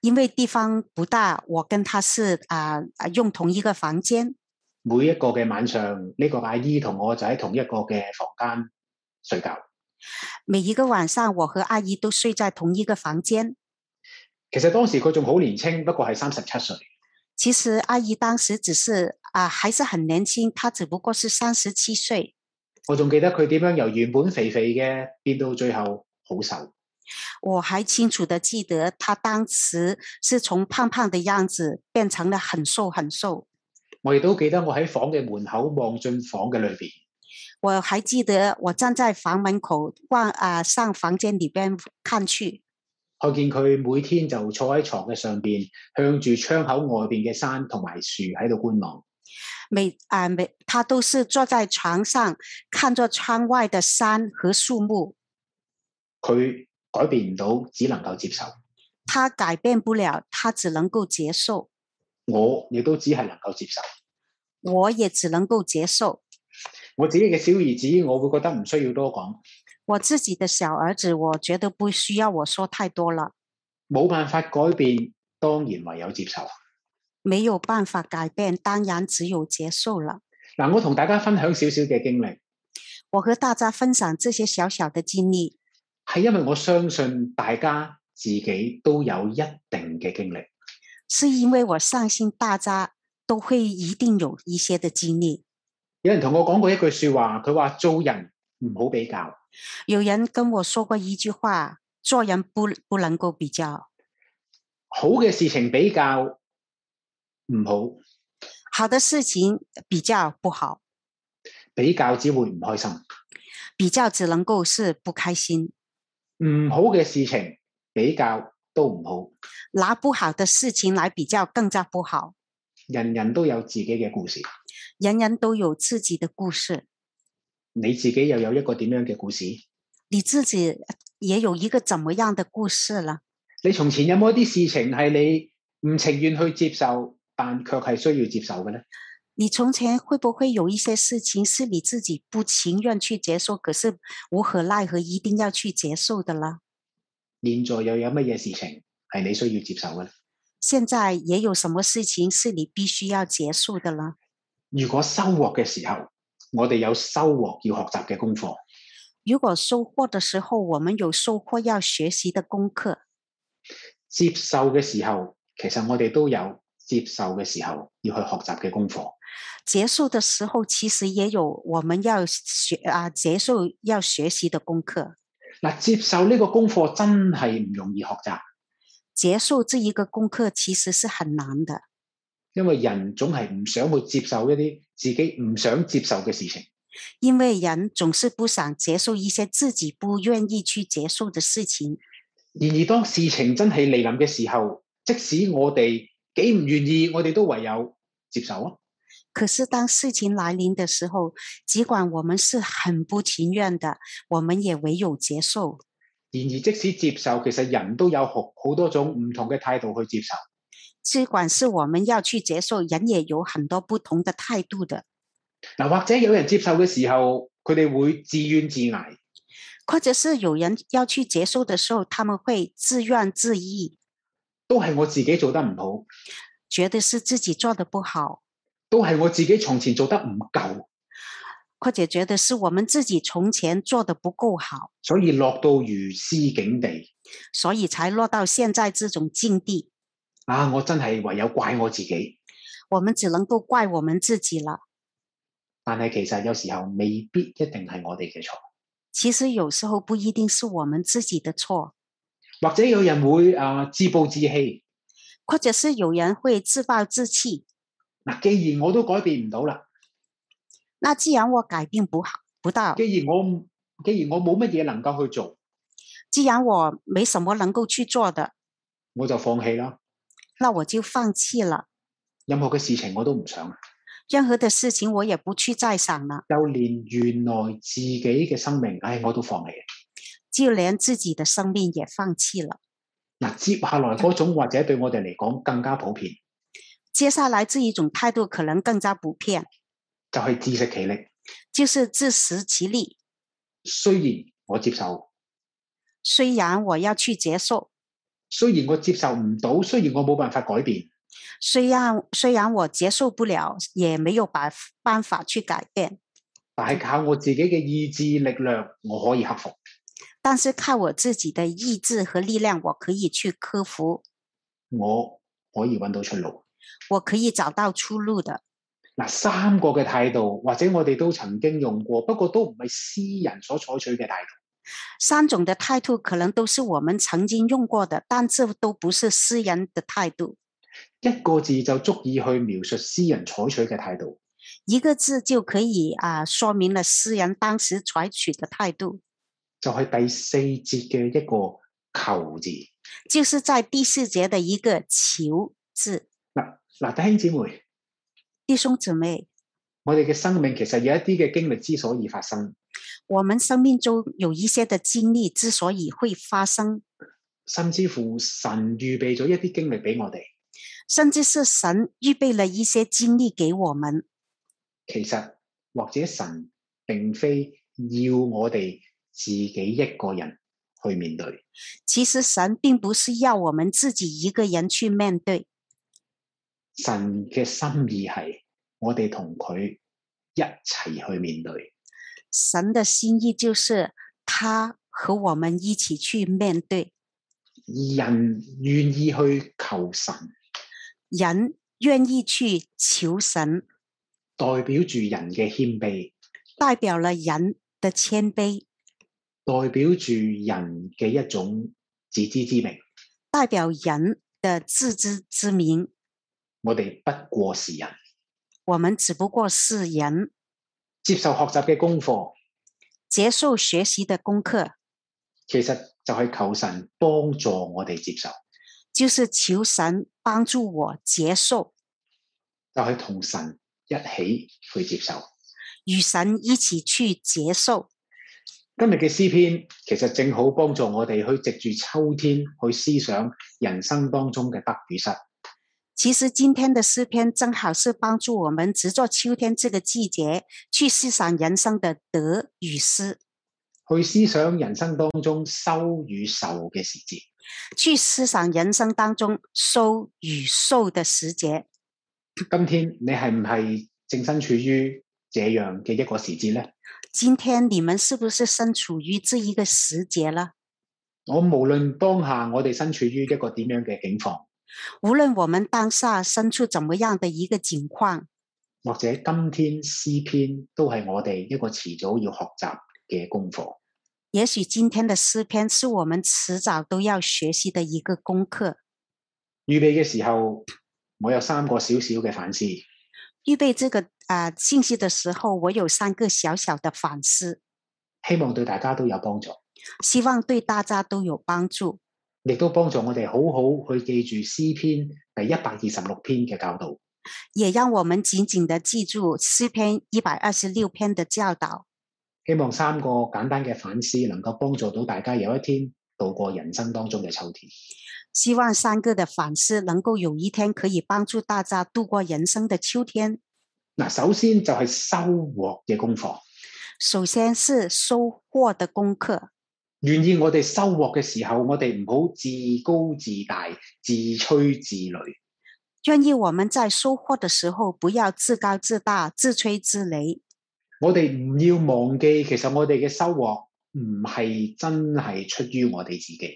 S2: 因为地方不大，我跟他是啊、啊用同一个房间。
S1: 每一個嘅晚上，呢、個阿姨同我就喺同一個嘅房間睡覺。
S2: 每一个晚上，我和阿姨都睡在同一个房间。
S1: 其實當時佢仲好年青，不過係三十七歲。
S2: 其实阿姨当时只是啊、还是很年轻，她只不过是三十七岁。
S1: 我仲記得佢點樣由原本肥肥嘅變到最後好瘦。
S2: 我还清楚的记得，她当时是从胖胖的样子变成了很瘦很瘦。
S1: 我亦都記得我喺房嘅門口望進房嘅裏邊，
S2: 我还记得我站在房门口往啊、上房间里边看去，
S1: 看見佢每天就坐喺床嘅上邊，向住窗口外邊嘅山同埋樹喺度觀望。
S2: 每啊、每她都是坐在床上看着窗外的山和树木，
S1: 佢改變唔到，只能夠接受。
S2: 她改变不了，她只能够接受，
S1: 我亦都只係能夠接受。
S2: 我也只能够接受。
S1: 我自己嘅小兒子，我會覺得唔需要多講，
S2: 我自己的小儿子，我觉得不需要我说太多了，
S1: 冇辦法改變，當然唯有接受。
S2: 没有办法改变，当然只有接受了。
S1: 嗱，我同大家分享少少嘅經歷，
S2: 我和大家分享这些小小的经历，
S1: 係因為我相信大家自己都有一定嘅經歷。
S2: 是因为我相信大家都会一定有一些的经历。
S1: 有人同我講過一句说話，佢話做人唔好比較。
S2: 有人跟我说过一句话：做人不不能够比较，
S1: 好嘅事情比較唔好，
S2: 好的事情比较不好，
S1: 比較只會唔開心；
S2: 比较只能够是不开心。
S1: 唔好嘅事情比較都唔好。
S2: 拿不好的事情来比较更加不好。
S1: 人人都有自己嘅故事，
S2: 人人都有自己的故事，
S1: 你自己又有一個點樣嘅故事？
S2: 你自己也有一个怎么样的故事了？
S1: 你從前有冇一啲事情係你唔情願去接受，但卻係需要接受嘅呢？
S2: 你从前会不会有一些事情是你自己不情愿去接受，可是无可奈何一定要去接受的了？
S1: 現在又有乜嘢事情係你需要接受嘅呢？
S2: 现在也有什么事情是你必须要结束的了？
S1: 如果收穫嘅時候，我哋有收穫要學習嘅功課。
S2: 如果收获的时候我们有收获要学习的功课，
S1: 接受嘅時候，其實我哋都有接受嘅時候要去學習嘅功課。
S2: 结束的时候其实也有我们要学啊接受要学习的功课。
S1: 嗱，接受呢個功課真係唔容易學習，
S2: 结束这一个功课其实是很难的，
S1: 因為人總係唔想去接受一啲自己唔想接受嘅事情。
S2: 因为人总是不想接受一些自己不愿意去接受的事情。
S1: 然而當事情真係嚟臨嘅時候，即使我哋幾唔願意，我哋都唯有接受啊！
S2: 可是当事情来临的时候，尽管我们是很不情愿的，我们也唯有接受。
S1: 然而即使接受，其實人都有好好多種唔同嘅態度去接受。
S2: 尽管是我们要去接受，人也有很多不同的态度的。
S1: 嗱，或者有人接受嘅時候，佢哋會自怨自艾。
S2: 或者是有人要去接受的时候，他们会自怨自艾，
S1: 都係我自己做得唔好，
S2: 觉得是自己做的不好，
S1: 都係我自己從前做得唔夠，
S2: 或者觉得是我们自己从前做的不够好，
S1: 所以落到如斯境地。
S2: 所以才落到现在这种境地。
S1: 啊！我真係唯有怪我自己，
S2: 我们只能够怪我们自己了。
S1: 但係其實有時候未必一定係我哋嘅錯，
S2: 其实有时候不一定是我们自己的错，
S1: 或者有人會啊自暴自棄。
S2: 或者是有人会自暴自弃。
S1: 嗱，既然我都改變唔到啦，
S2: 那既然我改变不好不到，
S1: 既然我唔既然我冇乜嘢能夠去做，
S2: 既然我没什么能够去做的，
S1: 我就放棄啦。
S2: 那我就放弃了。
S1: 任何嘅事情我都唔想，
S2: 任何的事情我也不去再想了，
S1: 就連原來自己嘅生命，唉、我都放棄。
S2: 就连自己的生命也放弃了。
S1: 嗱，接下來嗰種或者對我哋嚟講更加普遍，
S2: 接下来这一种态度可能更加普遍，
S1: 就係、自食其力。
S2: 就是自食其力。
S1: 雖然我接受，
S2: 虽然我要去接受，
S1: 雖然我接受唔到，雖然我冇辦法改變，
S2: 虽然虽然我接受不了，也没有办办法去改变，
S1: 但係靠我自己嘅意志力量，我可以克服。
S2: 但是靠我自己的意志和力量，我可以去克服，
S1: 我可以揾到出路。
S2: 我可以找到出路的。
S1: 嗱，三個嘅態度，或者我哋都曾經用過，不過都唔係私人所採取嘅態度。
S2: 三种的态度可能都是我们曾经用过的，但这都不是私人的态度。
S1: 一個字就足以去描述私人採取嘅態度。
S2: 一个字就可以啊、说明了诗人当时采取的态度，
S1: 就係第四節嘅一個求字。
S2: 就是在第四节的一个求字。
S1: 嗱，弟兄姊妹，
S2: 弟兄姊妹，
S1: 我哋嘅生命其實有一啲嘅經歷之所以發生，
S2: 我们生命中有一些的经历之所以会发生，
S1: 甚至乎神預備咗一啲經歷俾我哋，
S2: 甚至是神预备了一些经历给我们。
S1: 其實或者神並非要我哋自己一個人去面對，
S2: 其实神并不是要我们自己一个人去面对，
S1: 神嘅心意係我哋同佢一齊去面對。
S2: 神的心意就是他和我们一起去面对。
S1: 人願意去求神，
S2: 人愿意去求神，
S1: 代表住人嘅謙卑，
S2: 代表了人的谦卑，
S1: 代表住人嘅一種自知之明。
S2: 代表人的自知之明。
S1: 我哋不過是人，
S2: 我们只不过是人，
S1: 接受學習嘅功課，
S2: 接受学习的功课
S1: 其實就係求神幫助我哋接受，
S2: 就是求神帮助我接受，
S1: 就係同神一起去接受。
S2: 与神一起去接受。
S1: 今日嘅詩篇其實正好幫助我哋去藉住秋天去思想人生當中嘅得與失。
S2: 其实今天的诗篇正好是帮助我们执着秋天这个季节，去思想人生的得与失，
S1: 去思想人生當中收與受嘅時節，
S2: 去思想人生当中收与受的时节。
S1: 今天你係唔係正身處於這樣嘅一個時節呢？
S2: 今天你们是不是身处于这一个时节了？
S1: 我無論當下我哋身處於一個點樣嘅境況，
S2: 无论我们当下身处怎么样的一个境况，
S1: 或者今天詩篇都係我哋一個遲早要學習嘅功課。
S2: 也许今天的诗篇是我们迟早都要学习的一个功课。
S1: 預備嘅時候，我有三個小小嘅反思。
S2: 预备这个啊、信息的时候，我有三个小小的反思，
S1: 希望對大家都有幫助，
S2: 希望对大家都有帮助，
S1: 亦都幫助我哋好好去記住詩篇第一百二十六篇嘅教導。
S2: 也让我们紧紧的记住诗篇一百二十六篇的教导。
S1: 希望三個簡單嘅反思能夠幫助到大家有一天度過人生當中嘅秋天。
S2: 希望三个的反思能够有一天可以帮助大家度过人生的秋天。
S1: 嗱，首先就係收穫嘅功課。
S2: 首先是收获的功课，
S1: 願意我哋收穫嘅時候，我哋唔好自高自大、自吹自擂。
S2: 愿意我们在收获的时候不要自高自大、自吹自擂。
S1: 我哋唔要忘記，其實我哋嘅收穫唔係真係出於我哋自己。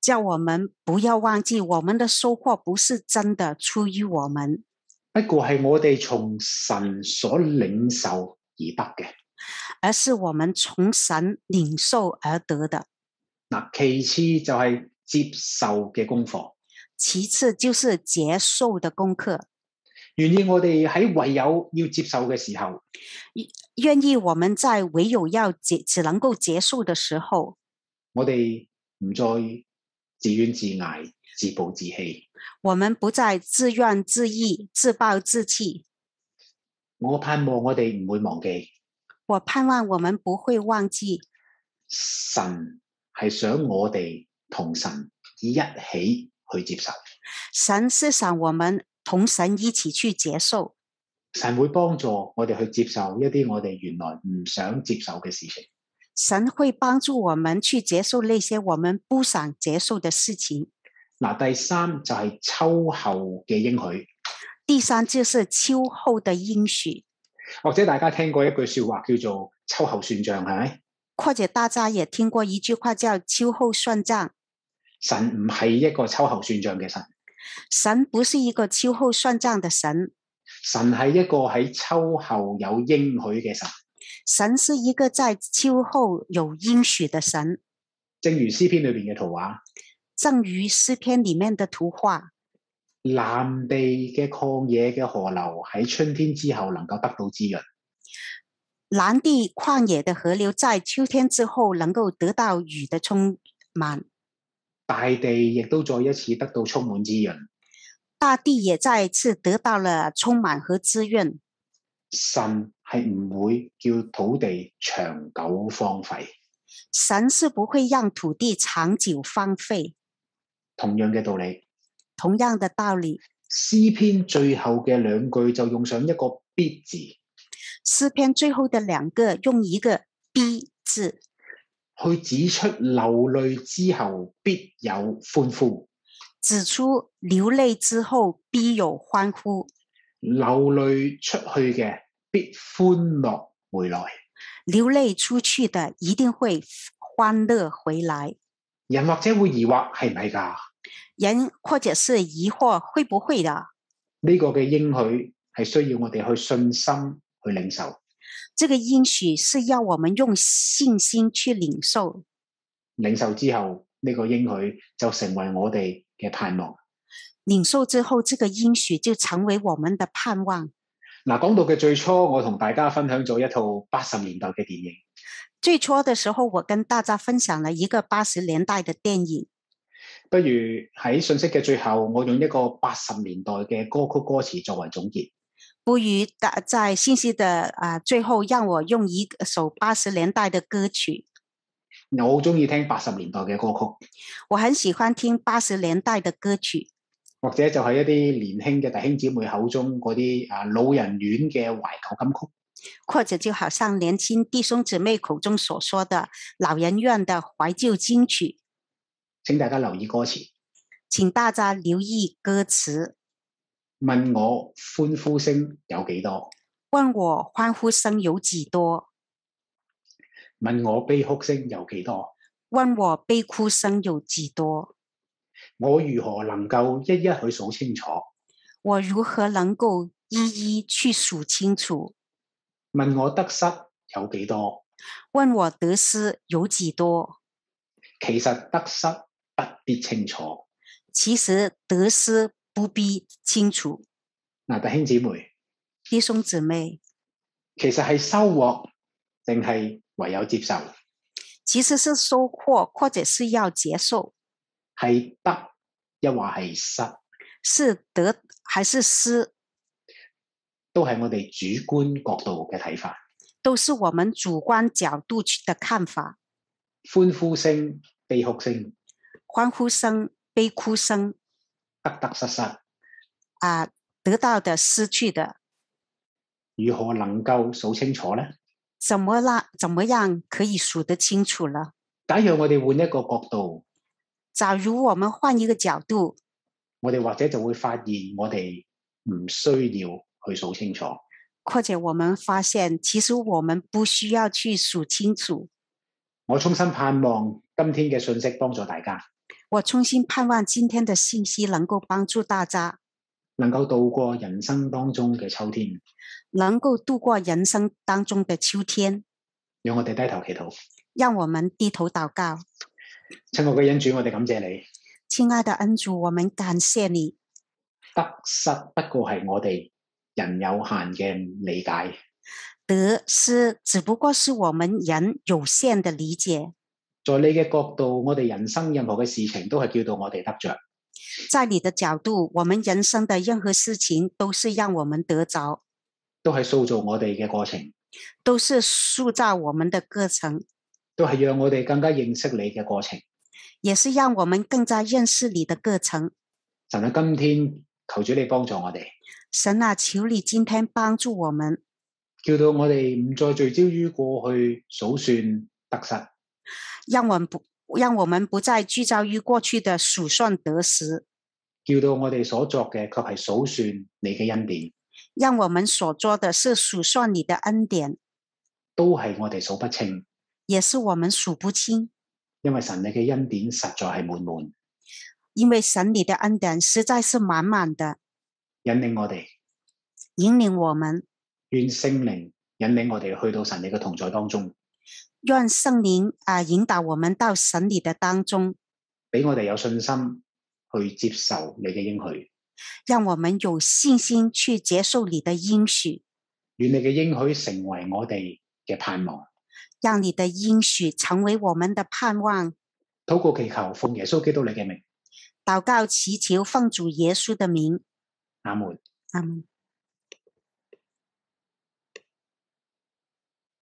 S2: 叫我们不要忘记，我们的收获不是真的出于我们，
S1: 不過係我哋從神所領受而得嘅。
S2: 而是我们从神领受而得的。
S1: 嗱，其次就係接受嘅功課，
S2: 其次就是接受的功课，
S1: 願意我哋喺唯有要接受嘅時候，
S2: 愿意我们在唯有要接只能够接受的时候，
S1: 我哋唔再自怨自艾、自暴自棄。
S2: 我们不再自怨自艾、自暴自弃。
S1: 我盼望我哋唔會忘記，
S2: 我盼望我们不会忘记，
S1: 神係想我哋同神一起去接受。
S2: 神是想我们同神一起去接受，
S1: 神會幫助我哋去接受一啲我哋原來唔想接受嘅事情。
S2: 神会帮助我们去接受那些我们不想接受的事情。
S1: 嗱，第三就係秋後嘅應許，
S2: 第三就是秋后的应许，
S1: 或者大家聽過一句说話叫做秋後算賬，係咪？
S2: 或者大家也听过一句话叫“秋后算账
S1: 神唔係一個秋後算賬嘅神，”。
S2: 神不是一个秋后算账的神，
S1: 神係一個喺秋後有應許嘅神。
S2: 神是一个在秋后有应许的神。
S1: 正如詩篇裏边嘅圖畫，
S2: 正如诗篇里面的图画，
S1: 南地嘅曠野嘅河流喺春天之後能夠得到滋潤。
S2: 蓝地旷野的河流在秋天之后能够得到雨的充满，
S1: 大地亦都再一次得到充滿滋潤。
S2: 大地也再一次得到了充满和滋润。
S1: 神係唔會叫土地長久荒廢。
S2: 神是不会让土地长久荒废。
S1: 同樣嘅道理，
S2: 同样的道理，
S1: 詩篇最後嘅兩句就用上一個必字，
S2: 诗篇最后的两个用一个“逼”字，
S1: 去指出流淚之後必有歡呼。
S2: 指出流泪之后必有欢呼，
S1: 流淚出去嘅必歡樂回來。
S2: 流泪出去的一定会欢乐回来。
S1: 人或者會疑惑係唔係㗎？
S2: 人或者是疑惑会不会的，
S1: 呢、個嘅應許係需要我哋去信心去領受。
S2: 这个应许是要我们用信心去领受，
S1: 領受之後，呢、個應許就成為我哋嘅盼望。
S2: 领受之后，这个应许就成为我们的盼望。
S1: 嗱，講到嘅最初，我同大家分享咗一套八十年代嘅電影。
S2: 最初的时候，我跟大家分享了一个八十年代的电影。
S1: 不如喺信息嘅最後，我用一個八十年代嘅歌曲歌詞作為總結。
S2: 不如大在信息的啊、最后，让我用一个首八十年代的歌曲。
S1: 我好中意聽八十年代嘅歌曲，
S2: 我很喜欢听八十年代的歌曲，
S1: 或者就係一啲年輕嘅弟兄姊妹口中嗰啲啊老人院嘅懷舊金曲。
S2: 或者就好像年轻弟兄姊妹口中所说的老人院的怀旧金曲。
S1: 請大家留意歌詞。
S2: 请大家留意歌词，
S1: 問我歡呼聲有幾多？
S2: 问我欢呼声有几多？
S1: 問我悲哭聲有幾多？
S2: 问我悲哭声有几多？
S1: 我如何能夠一一去數清楚？
S2: 我如何能够一一去数清楚？
S1: 問我得失有幾多？
S2: 问我得失有几多？
S1: 其實得失不必清楚。
S2: 其实得失不必清楚，
S1: 嗱，弟兄姊妹，
S2: 弟兄姊妹，
S1: 其實係收穫定係唯有接受，
S2: 其实是收获或者是要接受，
S1: 係得抑或係失，
S2: 是得还是失，
S1: 都係我哋主觀角度嘅睇法。
S2: 都是我们主观角度去的看法。
S1: 歡呼聲、悲哭聲、
S2: 欢呼声、悲哭声
S1: 得得失失，
S2: 啊、得到的、失去的，
S1: 如何能夠數清楚呢？
S2: 怎么啦？怎么样可以数得清楚了？
S1: 假若我哋換一個角度，
S2: 假如我们换一个角度，
S1: 我哋或者就會發現我哋唔需要去數清楚，
S2: 或者我们发现，其实我们不需要去数清楚，
S1: 我衷心盼望今天嘅信息幫助大家，
S2: 我衷心盼望今天的信息能够帮助大家，
S1: 能夠度過人生當中嘅秋天。
S2: 能够度过人生当中的秋天。
S1: 讓我哋低頭祈禱，
S2: 让我们低头祷告，
S1: 親愛嘅恩主，我哋感謝你。
S2: 亲爱的恩主，我们感谢你。
S1: 得失不過係我哋人有限嘅理解。
S2: 得失只不过是我们人有限的理解，
S1: 在你嘅角度，我哋人生任何嘅事情都係叫到我哋得着。
S2: 在你的角度，我们人生的任何事情都是让我们得着，
S1: 都係塑造我哋嘅過程，
S2: 都是塑造我们的过程，
S1: 都係讓我哋更加認識你嘅過程。
S2: 也是让我们更加认识你的各层。
S1: 神啊，今天求主你幫助我哋，
S2: 神啊，求你今天帮助我们，
S1: 叫到我哋唔再聚焦於過去數算得失，
S2: 让我们不让我们不再聚焦于过去的数算得失，
S1: 叫到我哋所作嘅卻係數算你嘅恩典，
S2: 让我们所做的是数算你的恩典，
S1: 都係我哋數不清，
S2: 也是我们数不清，
S1: 因為神你嘅恩典實在係滿滿，
S2: 因为神你的恩典实在是满满的，
S1: 引領我哋，
S2: 引领我们。
S1: 願聖靈引領我哋去到神你嘅同在當中，
S2: 愿圣灵啊、引导我们到神你的当中，
S1: 俾我哋有信心去接受你嘅應許，
S2: 让我们有信心去接受你的应许，
S1: 願你嘅應許成為我哋嘅盼望。
S2: 让你的应许成为我们的盼望。
S1: 禱告祈求，奉耶穌基督你嘅名，
S2: 祷告祈求，奉主耶稣的名，
S1: 阿門。
S2: 阿门。